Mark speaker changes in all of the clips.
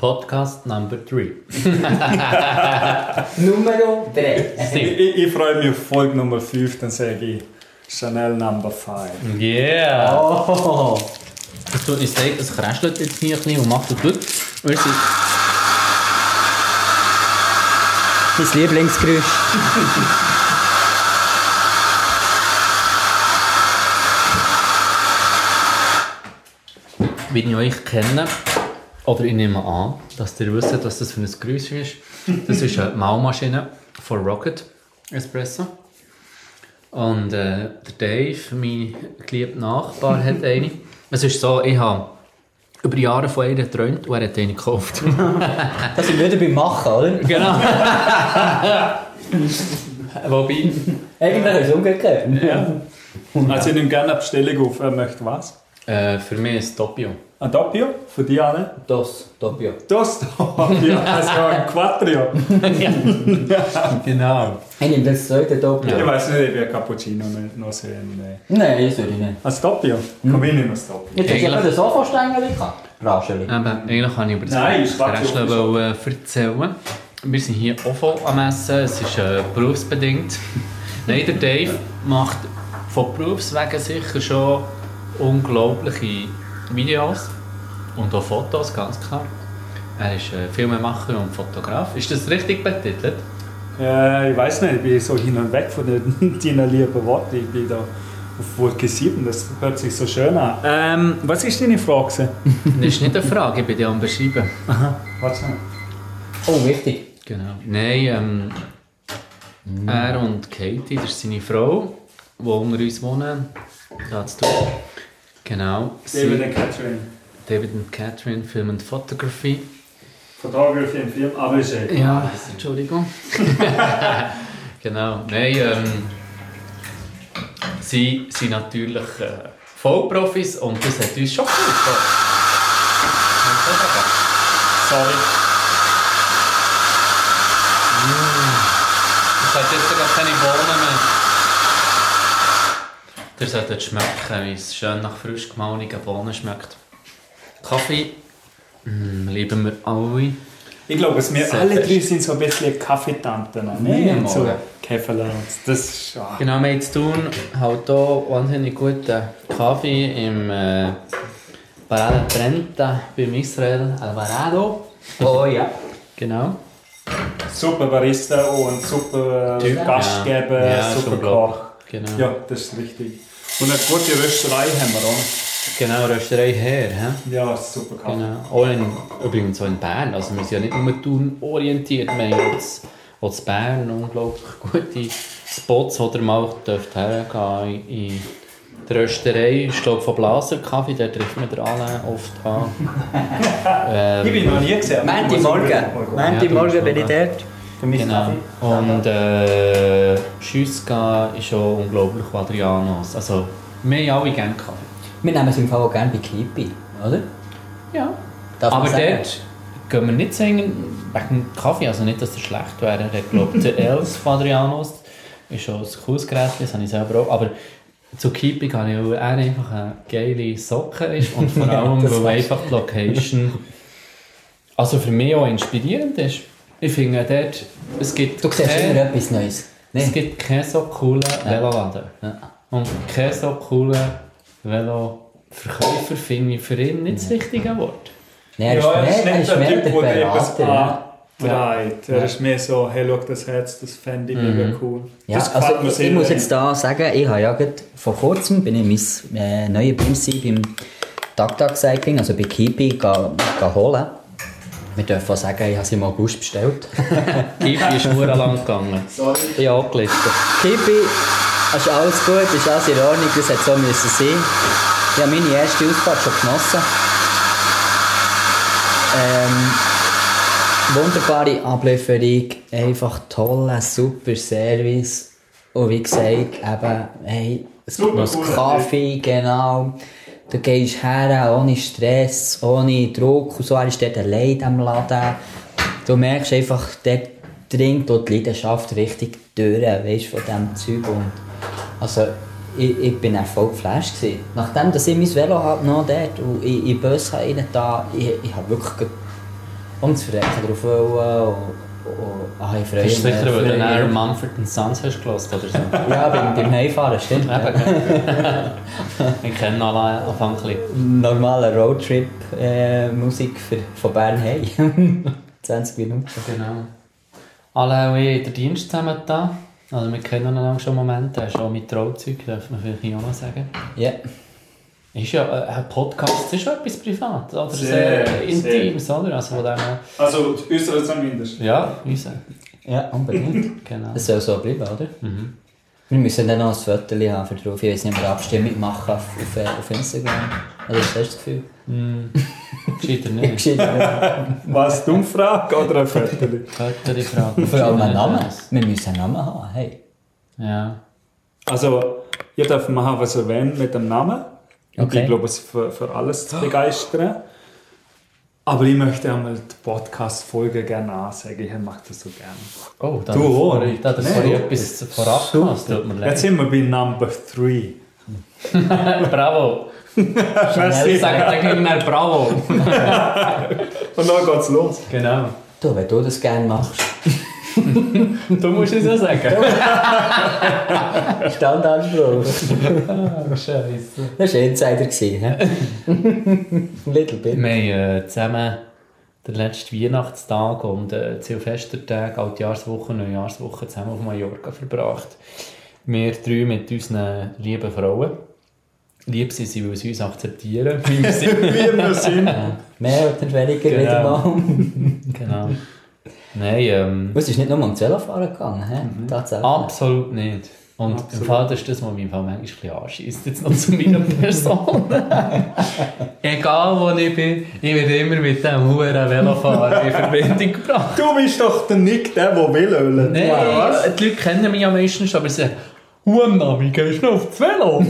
Speaker 1: Podcast number three.
Speaker 2: Numero 3.
Speaker 1: Sick.
Speaker 3: Ich, ich, ich freue mich auf Folge Nummer 5, dann sage ich Chanel Number 5.
Speaker 1: Yeah!
Speaker 2: Oh.
Speaker 1: Das tut nicht sagen, das kräschelt jetzt hier ein bisschen und macht es gut. Weil es ist-
Speaker 2: Mein Lieblingsgeräusch.
Speaker 1: Wenn ich euch kenne, oder ich nehme an, dass ihr wisst, was das für ein Geräusch ist. Das ist eine Maulmaschine von Rocket Espresso. Und äh, der Dave, mein geliebter Nachbar, hat eine. Es ist so, ich habe über Jahre von ihr geträumt und er hat eine gekauft.
Speaker 2: Das sind wir wieder beim Machen, oder?
Speaker 1: Genau. Wobei,
Speaker 2: Eigentlich ist es umgekehrt.
Speaker 3: Ja. Also ich nehme gerne eine Bestellung auf. Er möchte was?
Speaker 1: äh, für mich ist Doppio.
Speaker 3: Ein Doppio? Für dich alle?
Speaker 2: Das, Doppio.
Speaker 3: Das Doppio. Also ein Quattro.
Speaker 1: Genau.
Speaker 2: Ich nehme das zweite Doppio.
Speaker 3: Ich weiß nicht, ob ich ein Cappuccino noch sehen will.
Speaker 2: Nein, das würde ich nicht.
Speaker 3: Ein Doppio? Komm, ich nehme ein Doppio.
Speaker 2: Jetzt hast du
Speaker 1: Eigentlich-
Speaker 2: eben den Sofastängel gehabt. Rascheli.
Speaker 1: Eben, eigentlich kann ich über das
Speaker 3: Nein, ist Quatsch.
Speaker 1: Rest noch äh, erzählen. Wir sind hier auch voll am Essen. Es ist äh, berufsbedingt. Nein, der Dave macht von Berufs wegen sicher schon unglaubliche Videos und auch Fotos, ganz klar. Er ist äh, Filmemacher und Fotograf. Ist das richtig betitelt?
Speaker 3: Äh, ich weiß nicht, ich bin so hin und weg von den deinen lieben Worten. Ich bin da auf Wolke 7, das hört sich so schön an. Ähm, was ist deine Frage? gewesen?
Speaker 1: Das ist nicht eine Frage, ich bin dir am Beschreiben.
Speaker 3: Aha, warte mal.
Speaker 2: Oh, wichtig.
Speaker 1: Genau. Nein, ähm, er und Katie, das ist seine Frau, die unter uns wohnen. Da hat's du. Genau.
Speaker 3: David
Speaker 1: Sie,
Speaker 3: and Catherine.
Speaker 1: David und Catherine Film und Photography.
Speaker 3: Photography im Film, aber ist eh.
Speaker 1: Ja, Entschuldigung. genau. Nein, ähm, sie sind natürlich äh, Vollprofis und das hat uns schon geholfen.
Speaker 3: Sorry.
Speaker 1: Ich sollte jetzt sogar keine Bohnen mehr. Ihr solltet schmecken, wie es schön nach frisch gemahlenen Bohnen schmeckt. Kaffee mm, lieben wir alle.
Speaker 3: Ich glaube, dass wir
Speaker 1: Sehr
Speaker 3: alle
Speaker 1: fest.
Speaker 3: drei sind so ein bisschen Kaffeetanten.
Speaker 2: Ja,
Speaker 3: Ne? Und so
Speaker 2: mal.
Speaker 3: Käferle und das ist ah.
Speaker 1: Genau, wir haben zu tun, halt hier wahnsinnig guten Kaffee im äh, Parada Trenta beim Israel Alvarado.
Speaker 2: Oh ja.
Speaker 1: Genau.
Speaker 3: super Barista und super äh,
Speaker 1: Ja.
Speaker 3: Gastgeber,
Speaker 1: Ja, ist
Speaker 3: super
Speaker 1: unglaublich.
Speaker 3: Koch.
Speaker 1: Genau.
Speaker 3: Ja, das ist richtig. Und eine gute Rösterei haben wir auch.
Speaker 1: Genau, Rösterei her. He?
Speaker 3: Ja, super Kaffee.
Speaker 1: Genau. Auch in, übrigens auch in Bern. Also wir sind ja nicht nur tun orientiert, wir haben jetzt auch in Bern unglaublich gute Spots, oder mal dürft hergehen in, in die Rösterei, ich glaube von Blaser Kaffee, der trifft man den Alain oft an.
Speaker 3: Ich
Speaker 1: ähm,
Speaker 3: bin noch nie gesehen.
Speaker 2: Mandy Morgen. Mandy
Speaker 1: Ja, du musst
Speaker 2: Morgen bin ich
Speaker 1: noch
Speaker 2: dort. Für mich
Speaker 1: genau. Und äh, Schüsska ist auch unglaublich Quadrianos. Also wir haben alle gerne Kaffee.
Speaker 2: Wir nehmen es im Fall auch gerne bei Kippi, oder?
Speaker 1: Ja.
Speaker 2: Darf man
Speaker 1: Aber
Speaker 2: sagen?
Speaker 1: dort gehen wir nicht singen wegen dem Kaffee, also nicht, dass er schlecht wäre. Er hat, glaube der Els Fadrianos ist schon ein cooles Gerät, das habe ich selber auch. Aber zu Keeping habe ich auch er einfach eine geile Socke ist und vor
Speaker 2: Ja,
Speaker 1: allem,
Speaker 2: das
Speaker 1: weil
Speaker 2: weißt
Speaker 1: einfach die Location also für mich auch inspirierend ist. Ich finde dort, es gibt
Speaker 2: Du siehst
Speaker 1: keinen-
Speaker 2: immer etwas Neues.
Speaker 1: es
Speaker 2: Nee.
Speaker 1: gibt keinen so coolen Veloladen.
Speaker 2: Ja.
Speaker 1: Und keinen so coolen Veloverkäufer finde ich für ihn nicht das richtige Wort.
Speaker 2: Nee,
Speaker 3: Ja,
Speaker 2: er
Speaker 3: er
Speaker 2: ist mehr,
Speaker 3: ist
Speaker 2: er ist
Speaker 3: nicht der
Speaker 2: mehr der
Speaker 3: Typ, der dir etwas
Speaker 2: Berater. ne?
Speaker 3: antreibt. Er ist mehr so, hey, schau das Herz, das fände ich mega cool.
Speaker 2: Mhm. Ja,
Speaker 3: das gefällt mir
Speaker 2: also
Speaker 3: sehr.
Speaker 2: ich muss jetzt da sagen, ich habe ja grad vor kurzem bin ich mein äh, neues Prinzip beim Tag-Tag-Cycling, also bei Kipi, ga, ga holen. Wir dürfen auch sagen, ich habe sie im August bestellt.
Speaker 1: Tipi ist nur lang gegangen.
Speaker 2: ich habe auch gelitten. Kipi, ist alles gut, ist alles in Ordnung, das hat so müssen sein. Ich habe meine erste Ausfahrt schon genossen. Ähm, wunderbare Ablieferung, einfach toller, super Service. Und wie gesagt, eben, hey, es gibt
Speaker 3: Super
Speaker 2: noch einen
Speaker 3: cooler
Speaker 2: Kaffee, genau. Du gehst her, ohne Stress, ohne Druck und so. Er ist dort allein im Laden. Du merkst einfach, dort dringt auch die Leidenschaft richtig durch, weißt von diesem Zeug. Und also, ich, ich bin auch voll geflasht. Gewesen. Nachdem dass ich mein Velo habe, noch dort und ich, ich Bus habe rein, da, ich, ich habe wirklich... ge- Und das Verrecken drauf wollen. Und, und, ah, ich freue mich.
Speaker 1: Bist du sicher, weil
Speaker 2: freue
Speaker 1: du nachher
Speaker 2: mich.
Speaker 1: Manfred und Sons hast gelassen oder so?
Speaker 2: Ja, beim, beim Heimfahren, stimmt.
Speaker 1: Eben, gell? Ich kenne alle Anfang ein bisschen.
Speaker 2: Normaler Roadtrip-Musik von Bern heim. 20 Minuten.
Speaker 1: Genau. Alle haben eh den Dienst zusammen da. Also wir kennen einander schon Momente, hast auch mit Trauzeug, darf man vielleicht auch noch sagen.
Speaker 2: Ja.
Speaker 1: Ist ja, äh, ein Podcast ist ja etwas privat, oder? Sehr,
Speaker 3: Sehr,
Speaker 1: intimes, oder? Also von dem her,
Speaker 3: Also, äußere zumindest.
Speaker 1: nou- ja, unser,
Speaker 2: Ja, unbedingt.
Speaker 1: genau.
Speaker 2: Das soll so bleiben, oder?
Speaker 1: Mhm.
Speaker 2: Wir müssen dann noch ein Foto haben für drauf. Ich weiß nicht, ob wir eine Abstimmung machen auf, auf, äh, auf Instagram. Also, das ist das Gefühl.
Speaker 1: Mm. Gescheiter
Speaker 2: Ich
Speaker 1: nicht.
Speaker 2: gescheit-
Speaker 3: Was, die Umfrage oder ein Viertel?
Speaker 1: Fötterli fragen.
Speaker 2: Vor allem einen
Speaker 1: Gescheiter
Speaker 2: Namen.
Speaker 1: nicht.
Speaker 2: Wir müssen einen Namen haben. Hey.
Speaker 1: Ja.
Speaker 3: Also, ihr dürft machen, was ihr wollt mit dem Namen. Und
Speaker 2: Okay.
Speaker 3: ich glaube, es ist für, für alles zu begeistern. Aber ich möchte einmal die Podcast-Folge gerne ansagen. Ich mache das so gerne.
Speaker 1: Oh, da
Speaker 3: Du auch,
Speaker 1: hat er-
Speaker 3: nicht?
Speaker 1: da hat er
Speaker 3: Nee.
Speaker 1: vorhin etwas vorab gemacht, es tut mir
Speaker 3: Jetzt
Speaker 1: leid.
Speaker 3: sind wir bei Number 3.
Speaker 1: Bravo.
Speaker 3: Merci.
Speaker 1: Ich sage eigentlich nicht mehr Bravo.
Speaker 3: Und dann geht's los.
Speaker 1: Genau.
Speaker 2: Du, wenn du das gerne machst.
Speaker 1: Du musst es ja sagen.
Speaker 2: Standardspruch.
Speaker 1: Scheiße.
Speaker 2: Das war Insider. gewesen, hä? Little bit.
Speaker 1: Wir haben äh, zusammen den letzten Weihnachtstag und äh, die Silvestertag, Altjahrswoche, Neujahrswoche zusammen auf Mallorca verbracht. Wir drei mit unseren lieben Frauen. Lieb sind sie, weil sie uns akzeptieren. wie wir sind.
Speaker 3: Wie wir sind.
Speaker 2: Mehr oder weniger
Speaker 1: Genau.
Speaker 2: wieder mal.
Speaker 1: genau. Nein, ähm,
Speaker 2: Es ist nicht nur um Zellofahren gegangen. hä? Tatsächlich.
Speaker 1: Ah. absolut nicht. Und im Fall das ist das, was mich im Fall manchmal ein bisschen anschießt, jetzt noch zu meiner Person. Egal wo ich bin, ich werde immer mit dem Huren Velofahrer in Verbindung gebracht.
Speaker 3: Du bist doch der Nick, der, der will ölen.
Speaker 1: Nein,
Speaker 3: Oder was?
Speaker 1: die Leute kennen mich ja meistens, aber sie sagen, Hurenami, gehst du noch auf das Velo?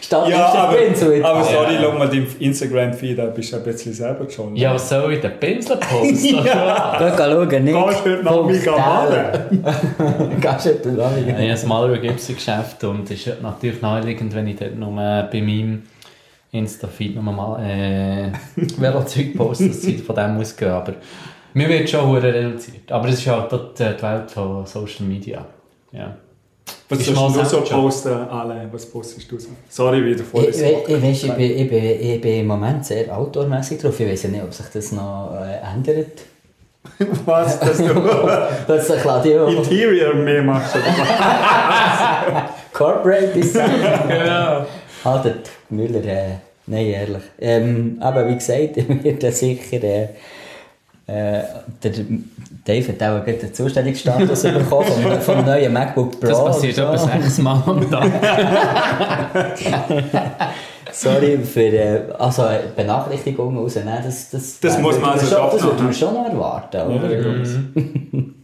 Speaker 2: Statt
Speaker 3: Ja, ah,
Speaker 2: ist
Speaker 3: aber,
Speaker 2: der Pinsel.
Speaker 3: aber
Speaker 2: Aber
Speaker 3: sorry, schau mal dein Instagram-Feed, da bist du ein bisschen selber schon.
Speaker 1: ja, was soll ich den Pinsel posten? ja.
Speaker 2: Geh schauen, nicht.
Speaker 3: Gehst heute Nachmittag baden?
Speaker 2: Gehst heute Nachmittag.
Speaker 1: Ich habe mal über Gipsgeschäft und es ist natürlich naheliegend, wenn ich dort nur bei meinem Insta-Feed nochmal äh, Velozeug poste, dass sie von dem ausgehen. Aber mir wird schon Huren reduziert. Aber es ist halt dort äh, die Welt von Social Media. Ja.
Speaker 3: Was
Speaker 1: Ist
Speaker 3: sollst
Speaker 1: mal
Speaker 3: du so
Speaker 1: selbst schon.
Speaker 3: posten, alle? Was postest du so? Sorry, wieder voll
Speaker 2: Ich, ich, ich, weiss, ich, bin, ich, bin, ich bin im Moment sehr outdoormäßig drauf. Ich weiß ja nicht, ob sich das noch äh, ändert.
Speaker 3: Was, dass du
Speaker 2: Das ist klar, die
Speaker 3: Interior mehr machst? Oder? was?
Speaker 2: Corporate Design.
Speaker 3: genau.
Speaker 2: ah, der Müller, äh, nein, ehrlich. Ähm, aber wie gesagt, ich werde sicher. Äh, äh, der Dave hat auch gerade den Zustellungsstatus bekommen vom, vom neuen MacBook Pro.
Speaker 1: Das passiert
Speaker 2: und
Speaker 1: etwa
Speaker 2: so.
Speaker 1: sechsmal am Tag.
Speaker 2: Sorry für äh, also äh, Benachrichtigungen rausnehmen. Das, das,
Speaker 3: Das muss man also
Speaker 2: schon,
Speaker 3: schaffen,
Speaker 2: Das würde
Speaker 3: ne?
Speaker 2: man schon noch erwarten, oder?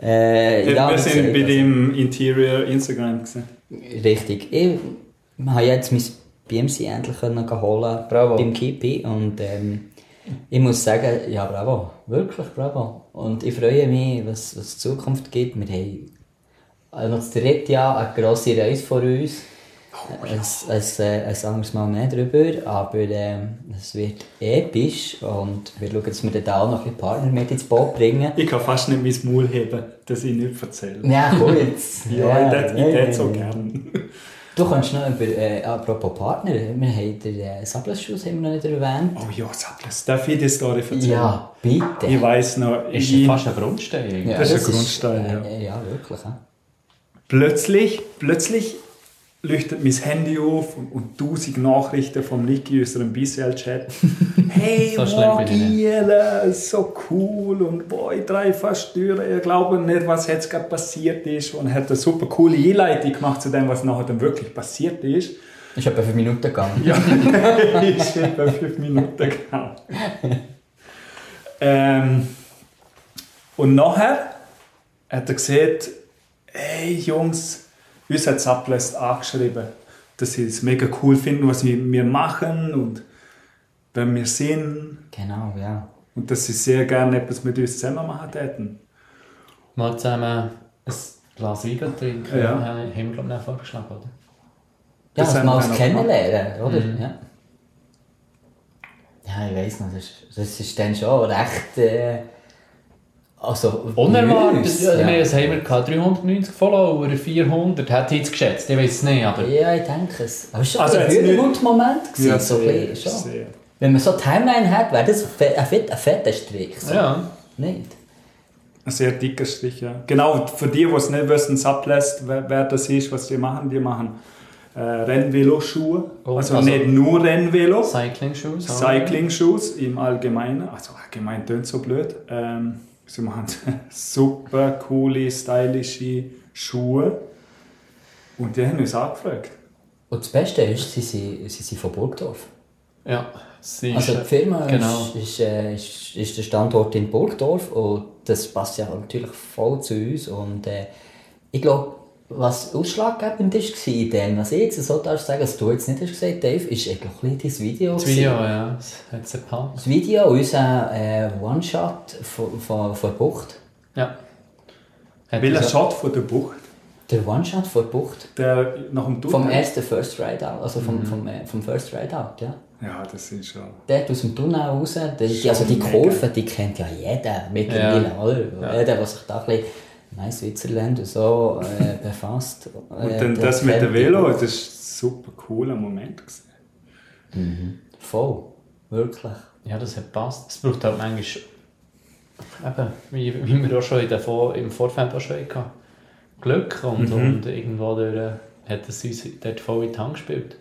Speaker 2: Äh, ja,
Speaker 3: Wir
Speaker 2: das-
Speaker 3: sind bei
Speaker 2: das-
Speaker 3: dem Interior Instagram gesehen.
Speaker 2: Richtig. Ich habe jetzt mein BMC endlich können gehen holen
Speaker 1: Bravo.
Speaker 2: beim Kipi und ähm, ich muss sagen, ja bravo, wirklich bravo. Und ich freue mich, was was die Zukunft gibt. Wir haben also noch das dritte Jahr eine grosse Reise vor uns. Es es, äh, ein anderes Mal mehr drüber, aber ähm, es wird episch und wir schauen, dass wir dann da auch noch ein bisschen Partner mit ins Boot bringen.
Speaker 3: Ich kann fast nicht mein Maul heben, dass ich nicht erzähle.
Speaker 2: Ja, komm jetzt.
Speaker 3: Ja, ich tät- ich tät so
Speaker 2: nein.
Speaker 3: gern.
Speaker 2: Du kannst noch über, äh, apropos Partner, wir haben den äh, Sablesschuss haben wir noch nicht erwähnt.
Speaker 3: Oh ja, Sablas, darf ich die Story erzählen?
Speaker 2: Ja, bitte.
Speaker 3: Ich weiß noch,
Speaker 1: Ist
Speaker 3: ich,
Speaker 1: fast ein Grundstein.
Speaker 2: ja,
Speaker 3: das ist ein Grundstein, ja.
Speaker 2: Äh, ja, wirklich. hä?
Speaker 3: plötzlich, plötzlich leuchtet mein Handy auf und, und tausend Nachrichten vom Niki, unserem BCL-Chat. Hey,
Speaker 1: So schlimm bin ich nicht.
Speaker 3: Mogiele, so cool und boy, drei Verstörer, ihr glaubt nicht, was jetzt gerade passiert ist und hat eine super coole Einleitung gemacht zu dem, was nachher dann wirklich passiert ist.
Speaker 2: Ist etwa 5 Minuten gegangen.
Speaker 3: Ja, ist etwa fünf Minuten gegangen. Ähm, und nachher hat er gesagt, hey Jungs, uns hat Sublist angeschrieben, dass sie es mega cool finden, was wir wir machen und wer wir sind
Speaker 2: Genau, ja.
Speaker 3: und dass sie sehr gerne etwas mit uns zusammen machen täten.
Speaker 1: Mal zusammen ein Glas Wein trinken.
Speaker 3: Ja.
Speaker 1: Haben wir, glaube ich, noch vorgeschlagen, oder?
Speaker 2: Ja,
Speaker 3: Das
Speaker 2: das
Speaker 3: haben
Speaker 2: also mal
Speaker 3: wir
Speaker 2: das
Speaker 3: noch gemacht. Mhm.
Speaker 2: kennenlernen, oder? Ja. Ja, ich weiss noch, das, ist- das ist dann schon recht. Äh, also.
Speaker 1: Unerwartet.
Speaker 2: uns,
Speaker 1: Also,
Speaker 2: ja.
Speaker 1: wir- Was haben wir gehabt? 390 Follower, 400. Hätte ich jetzt geschätzt. Ich weiß es nicht, aber...
Speaker 2: Ja, ich denke es. Aber es war
Speaker 3: Also
Speaker 2: schon ein
Speaker 3: jetzt nicht-
Speaker 2: Höhenmut-Moment. gewesen, so ein bisschen, schon.
Speaker 3: sehr.
Speaker 2: Wenn man so eine Timeline hat, wäre das fe- ein, fet, ein fetter Strich. So.
Speaker 1: Ja.
Speaker 2: Nicht?
Speaker 3: Ein sehr dicker Strich, ja. Genau, für die, die es nicht wissen, Sublast, wer, wer das ist, was die machen, die machen äh, Rennvelo-Schuhe.
Speaker 1: Oh,
Speaker 3: also,
Speaker 1: also-
Speaker 3: nicht nur Rennvelo,
Speaker 1: Cycling-Shoes. auch.
Speaker 3: Cycling-Shoes im Allgemeinen. Also allgemein tönt so blöd. Ähm, sie machen super coole, stylische Schuhe. Und die haben uns angefragt.
Speaker 2: Und das Beste ist, sie sind, sie sind von Burgdorf.
Speaker 1: Ja. Sie
Speaker 2: Also die
Speaker 1: ist-
Speaker 2: Firma
Speaker 1: Genau.
Speaker 2: ist, ist, äh, ist, ist der Standort in Burgdorf und das passt ja natürlich voll zu uns und äh, ich glaube, was ausschlaggebend ist war in dem, was ich jetzt so darf sagen, was du jetzt nicht hast gesagt, Dave, ist eigentlich ein bisschen dein Video.
Speaker 1: Das
Speaker 2: gewesen.
Speaker 1: Video, ja. Das hat es erkannt.
Speaker 2: Das Video, unser äh, One-Shot von, von, von Bucht.
Speaker 1: Ja. Hat
Speaker 3: Welcher
Speaker 1: es-
Speaker 3: Shot von der Bucht,
Speaker 2: Der One-Shot von Bucht.
Speaker 3: der nach dem Tunnel.
Speaker 2: Vom ersten First Ride-Out, also
Speaker 1: Mhm.
Speaker 2: vom, vom, äh, vom First Ride-Out, ja.
Speaker 3: Ja, das sind schon.
Speaker 2: Dort aus dem Tunnel raus, die, die, also die
Speaker 3: Mega.
Speaker 2: Kurve, die kennt ja jeder mittlerweile,
Speaker 1: Ja.
Speaker 2: oder? Jeder, der sich da ein bisschen in Switzerland und so äh, befasst.
Speaker 3: Und
Speaker 2: äh,
Speaker 3: dann
Speaker 2: der
Speaker 3: das mit
Speaker 2: kennt
Speaker 3: dem
Speaker 2: die
Speaker 3: Velo,
Speaker 2: Bucht.
Speaker 3: das ist ein super cooler Moment. gewesen.
Speaker 2: Voll, wirklich.
Speaker 1: Ja, das hat passt. Es braucht halt manchmal, eben, wie, wie wir auch schon in der Vor im Vorfeld auch schon hatten, Glück und, und irgendwo durch, äh, hat es uns dort voll in die Hand gespielt.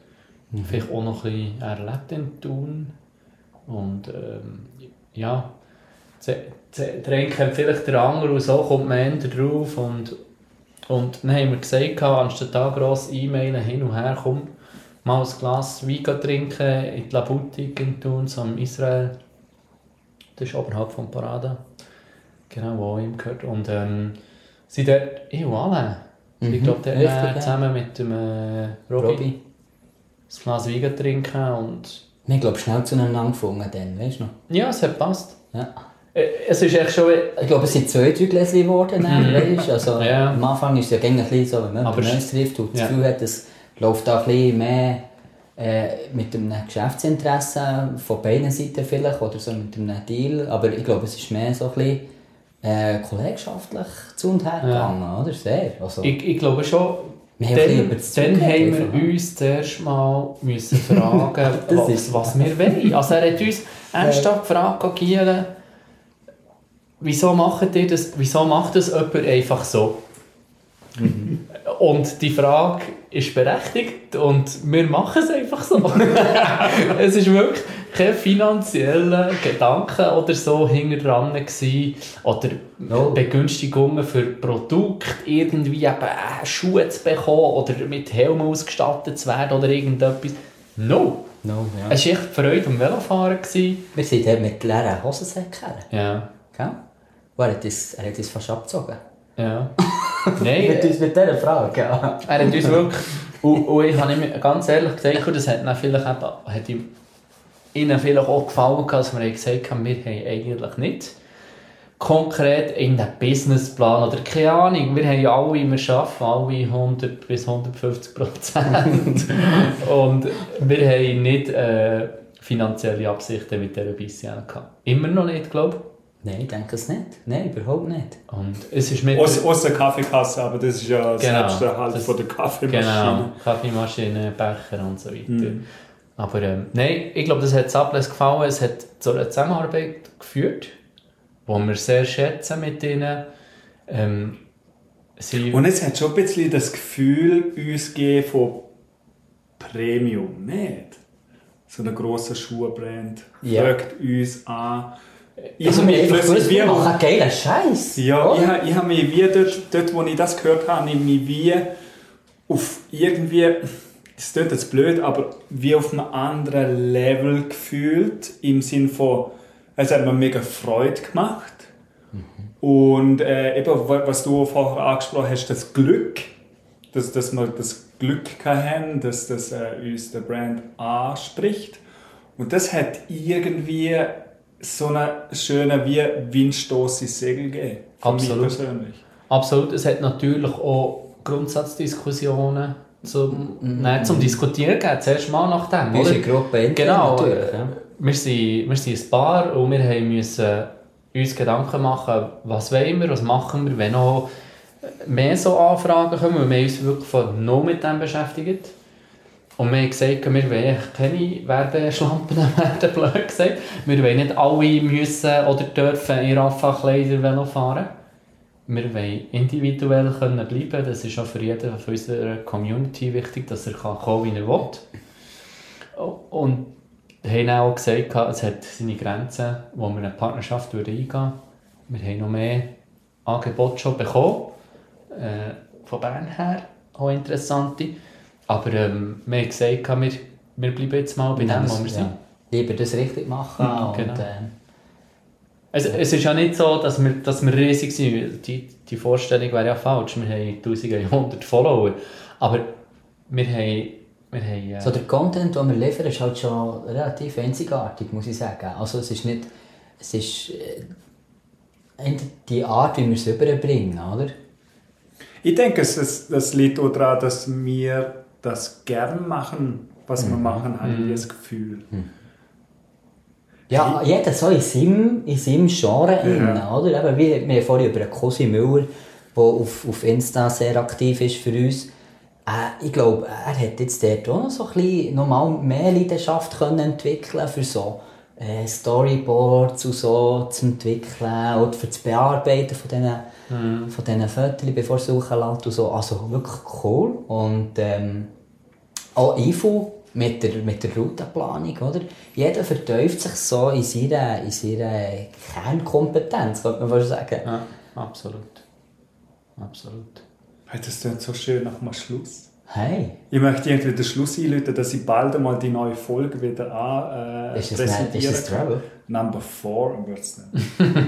Speaker 1: Vielleicht auch noch ein bisschen erlebt in Thun. Und ähm, ja, Z- Z- der eine kennt vielleicht den anderen und so kommt man eher drauf. Und, und dann haben wir gesagt, anstatt da gross E-Mailen hin und her, komm, mal ein Glas Wein gehen trinken in die Labutik in Thun, so in Israel. Das ist oberhalb von Parada. Genau, wo auch ihm gehört. Und ähm, sind dort, ich und alle. Ich
Speaker 2: Mhm,
Speaker 1: glaube, dort
Speaker 2: richtig,
Speaker 1: äh,
Speaker 2: ja.
Speaker 1: zusammen mit dem äh, Robby,
Speaker 2: Robby.
Speaker 1: ein Glas Wein trinken und
Speaker 2: Wir haben, glaube schnell zueinander gefunden dann, weißt du noch?
Speaker 1: ja, es hat gepasst.
Speaker 2: Ja.
Speaker 1: Äh, Es ist echt schon...
Speaker 2: Ich glaube, es sind zwei, drei Gläschen geworden, dann, weißt du? Also,
Speaker 1: Mhm. Ja.
Speaker 2: Am Anfang ist es ja gerne ein bisschen so, wenn man
Speaker 1: Aber
Speaker 2: Aber
Speaker 1: es-
Speaker 2: Neues trifft und das
Speaker 1: ja.
Speaker 2: Gefühl hat, es läuft da ein bisschen mehr äh, mit einem Geschäftsinteresse von beiden Seiten vielleicht oder so mit einem Deal. Aber ich glaube, es ist mehr so ein bisschen äh, kollegschaftlich zu und her gegangen, oder? Sehr. Also,
Speaker 1: Ich, ich glaube schon,
Speaker 2: Wir haben ein bisschen
Speaker 1: dann,
Speaker 2: über das
Speaker 1: dann
Speaker 2: Zeug
Speaker 1: haben
Speaker 2: geredet,
Speaker 1: wir
Speaker 2: ja.
Speaker 1: uns zuerst mal müssen fragen,
Speaker 2: Das
Speaker 1: was,
Speaker 2: ist-
Speaker 1: was wir wollen. Also er hat uns ernsthaft gefragt, «Oh, Giele, wieso, macht ihr das, wieso macht das jemand einfach so? Und die Frage ist berechtigt und wir machen es einfach so. es ist wirklich kein finanzieller Gedanke oder so hinter dran gewesen. oder
Speaker 2: No.
Speaker 1: Begünstigungen für Produkte, irgendwie eben äh, Schuhe zu bekommen oder mit Helm ausgestattet zu werden oder irgendetwas. No!
Speaker 2: no, ja.
Speaker 1: Es war echt die Freude am Velofahren. gewesen.
Speaker 2: Wir sind dort mit leeren Hosensäcken,
Speaker 1: Ja,
Speaker 2: gell? Und Er hat uns, er hat uns fast abgezogen.
Speaker 1: ja. Nein,
Speaker 2: uns mit dieser Frage, ja.
Speaker 1: Er hat uns wirklich. Und, und ich habe ihm ganz ehrlich gesagt, und das hat, dann vielleicht eben, hat ihm, ihnen vielleicht auch gefallen, gehabt, dass wir haben gesagt haben, wir haben eigentlich nicht konkret in den Businessplan oder keine Ahnung. Wir haben ja alle, wir arbeiten alle 100 bis 150 Prozent. und wir haben nicht äh, finanzielle Absichten mit dieser Bisschen gehabt. Immer noch nicht, glaube
Speaker 2: Nein, ich denke es nicht. Nein, überhaupt nicht.
Speaker 1: ich. Und es ist mit.
Speaker 3: Aus, aus der Kaffeekasse, aber das ist ja
Speaker 1: Genau.
Speaker 3: selbst der Halt
Speaker 1: Das-
Speaker 3: von der Kaffeemaschine. Mhm.
Speaker 1: Genau, Kaffeemaschine, Becher und so weiter. Aber ähm, nein, ich glaube, das hat Sables gefallen. Es hat zu einer Zusammenarbeit geführt, die wir sehr schätzen mit ihnen. Ähm, sie,
Speaker 2: Genau.
Speaker 3: Und es hat schon ein bisschen das Gefühl uns gegeben von Premium, nicht? So ein grosser Schuhbrand
Speaker 2: Ja.
Speaker 3: fragt uns an. Ich
Speaker 2: Also,
Speaker 3: hab mich
Speaker 2: wir einfach
Speaker 3: plötzlich
Speaker 2: gewusst, wir
Speaker 3: wie-
Speaker 2: machen einen geilen Scheiß.
Speaker 3: Ja, ich, ha- ich habe mich wie dort, dort, wo ich das gehört habe, habe ich mich wie auf irgendwie, das klingt jetzt blöd, aber wie auf einem anderen Level gefühlt, im Sinn von, es hat mir mega Freude gemacht. Und äh, eben, wa- was du vorher angesprochen hast, das Glück, dass, dass wir das Glück haben, dass das äh, uns der Brand anspricht. Und das hat irgendwie so einen schönen wie Windstoß ins Segel gegeben. Für
Speaker 1: Absolut.
Speaker 3: mich persönlich.
Speaker 1: absolut, es hat natürlich auch Grundsatzdiskussionen
Speaker 3: Mhm.
Speaker 1: zum, nein, zum Diskutieren gegeben. Zuerst mal nach dem.
Speaker 2: Unsere
Speaker 1: oder?
Speaker 2: Gruppe intern
Speaker 1: Genau.
Speaker 2: natürlich,
Speaker 1: äh,
Speaker 2: ja.
Speaker 1: wir sind, wir sind ein Paar und wir haben müssen uns Gedanken machen, was wollen wir, was machen wir, wenn noch mehr so Anfragen kommen, weil wir haben uns wirklich von nur mit dem beschäftigt. Und wir haben gesagt, wir wollen eigentlich keine Werbeschlampen werden, blöd gesagt. Wir wollen nicht alle müssen oder dürfen in Rafa-Kleider Velo fahren. Wir wollen individuell können bleiben. Das ist auch für jeden von unserer Community wichtig, dass er kann kommen kann, wie er will. Und haben auch gesagt, es hat seine Grenzen, wo wir eine Partnerschaft eingehen würden. Wir haben noch mehr Angebote schon bekommen. Äh, von Bern her auch interessante. Aber ähm, wir haben gesagt, wir, wir bleiben jetzt mal bei
Speaker 2: Ja,
Speaker 1: dem,
Speaker 2: das-
Speaker 1: wo wir
Speaker 2: ja.
Speaker 1: sind.
Speaker 2: Lieber das richtig machen
Speaker 1: Mhm,
Speaker 2: und
Speaker 1: genau.
Speaker 2: ähm,
Speaker 1: Es, Also, es ist ja nicht so, dass wir, dass wir riesig sind. Die, die Vorstellung wäre ja falsch. Wir haben 1100 Follower. Aber wir haben... Wir haben äh,
Speaker 2: so der Content, den wir liefern, ist halt schon relativ einzigartig, muss ich sagen. Also es ist nicht, es ist äh, eher die Art, wie wir es rüberbringen, oder?
Speaker 3: Ich denke, es ist, das liegt auch daran, dass wir das gern machen, was wir machen, habe ich das Gefühl.
Speaker 2: Ja, jeder so in seinem, in seinem Genre innen, oder? Eben, wie, wir haben vorhin über Cosi Müller, der auf, auf Insta sehr aktiv ist für uns. Äh, ich glaube, er hat jetzt dort auch noch so ein bisschen nochmal mehr Leidenschaft können entwickeln für so äh, Storyboards und so zu entwickeln und für das Bearbeiten von diesen, von diesen Fotos, bevor sie hochgeladen und so. Also wirklich cool. Und, ähm, auch IFU mit der, mit der Routenplanung, oder? Jeder verteuft sich so in seiner, in eh, seiner Kernkompetenz, könnte man fast sagen.
Speaker 1: ja, absolut. Absolut.
Speaker 3: Hey, Das klingt so schön nach dem Schluss.
Speaker 2: Hey,
Speaker 3: Ich möchte irgendwie den Schluss einläuten, dass ich bald einmal die neue Folge wieder an, äh,
Speaker 2: ist es, nicht, ist es
Speaker 3: kann.
Speaker 2: Travel?
Speaker 3: Number um 4 wird es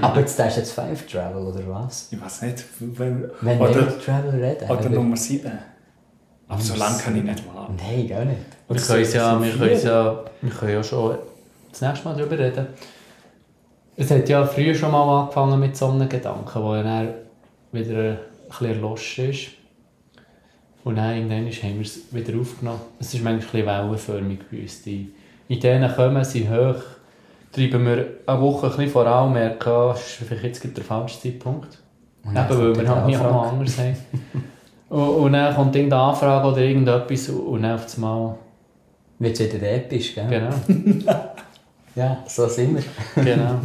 Speaker 2: Aber jetzt ist jetzt 5 Travel, oder was?
Speaker 3: Ich weiß nicht, wenn,
Speaker 2: Wenn wir
Speaker 3: oder,
Speaker 2: über Travel reden.
Speaker 3: oder
Speaker 2: aber-
Speaker 3: Nummer 7. Aber so lange kann ich nicht warten.
Speaker 2: Nein, gar nicht.
Speaker 1: Wir
Speaker 3: Das
Speaker 1: können,
Speaker 3: sind-
Speaker 1: ja,
Speaker 3: das
Speaker 1: wir,
Speaker 3: sind
Speaker 1: können
Speaker 3: vier.
Speaker 1: ja, wir können ja schon das nächste Mal darüber reden. Es hat ja früher schon mal angefangen mit so einem Gedanken, wo er dann wieder ein bisschen erloschen ist. Und dann irgendwann ist- haben wir es wieder aufgenommen. Es ist manchmal ein bisschen wellenförmig bei uns. Die Ideen kommen, sie hoch, treiben wir eine Woche ein bisschen voran, merken, ah, es ist vielleicht jetzt gerade der falsche Zeitpunkt.
Speaker 2: Und dann
Speaker 1: Eben, weil
Speaker 2: Oh kommt
Speaker 1: wir
Speaker 2: die
Speaker 1: halt nicht
Speaker 2: Anfrage.
Speaker 1: mal anders haben. und, und dann kommt irgendeine Anfrage oder irgendetwas und dann auf das Mal...
Speaker 2: Wird wieder episch, gell?
Speaker 1: Genau,
Speaker 2: Ja, so sind wir.
Speaker 1: genau.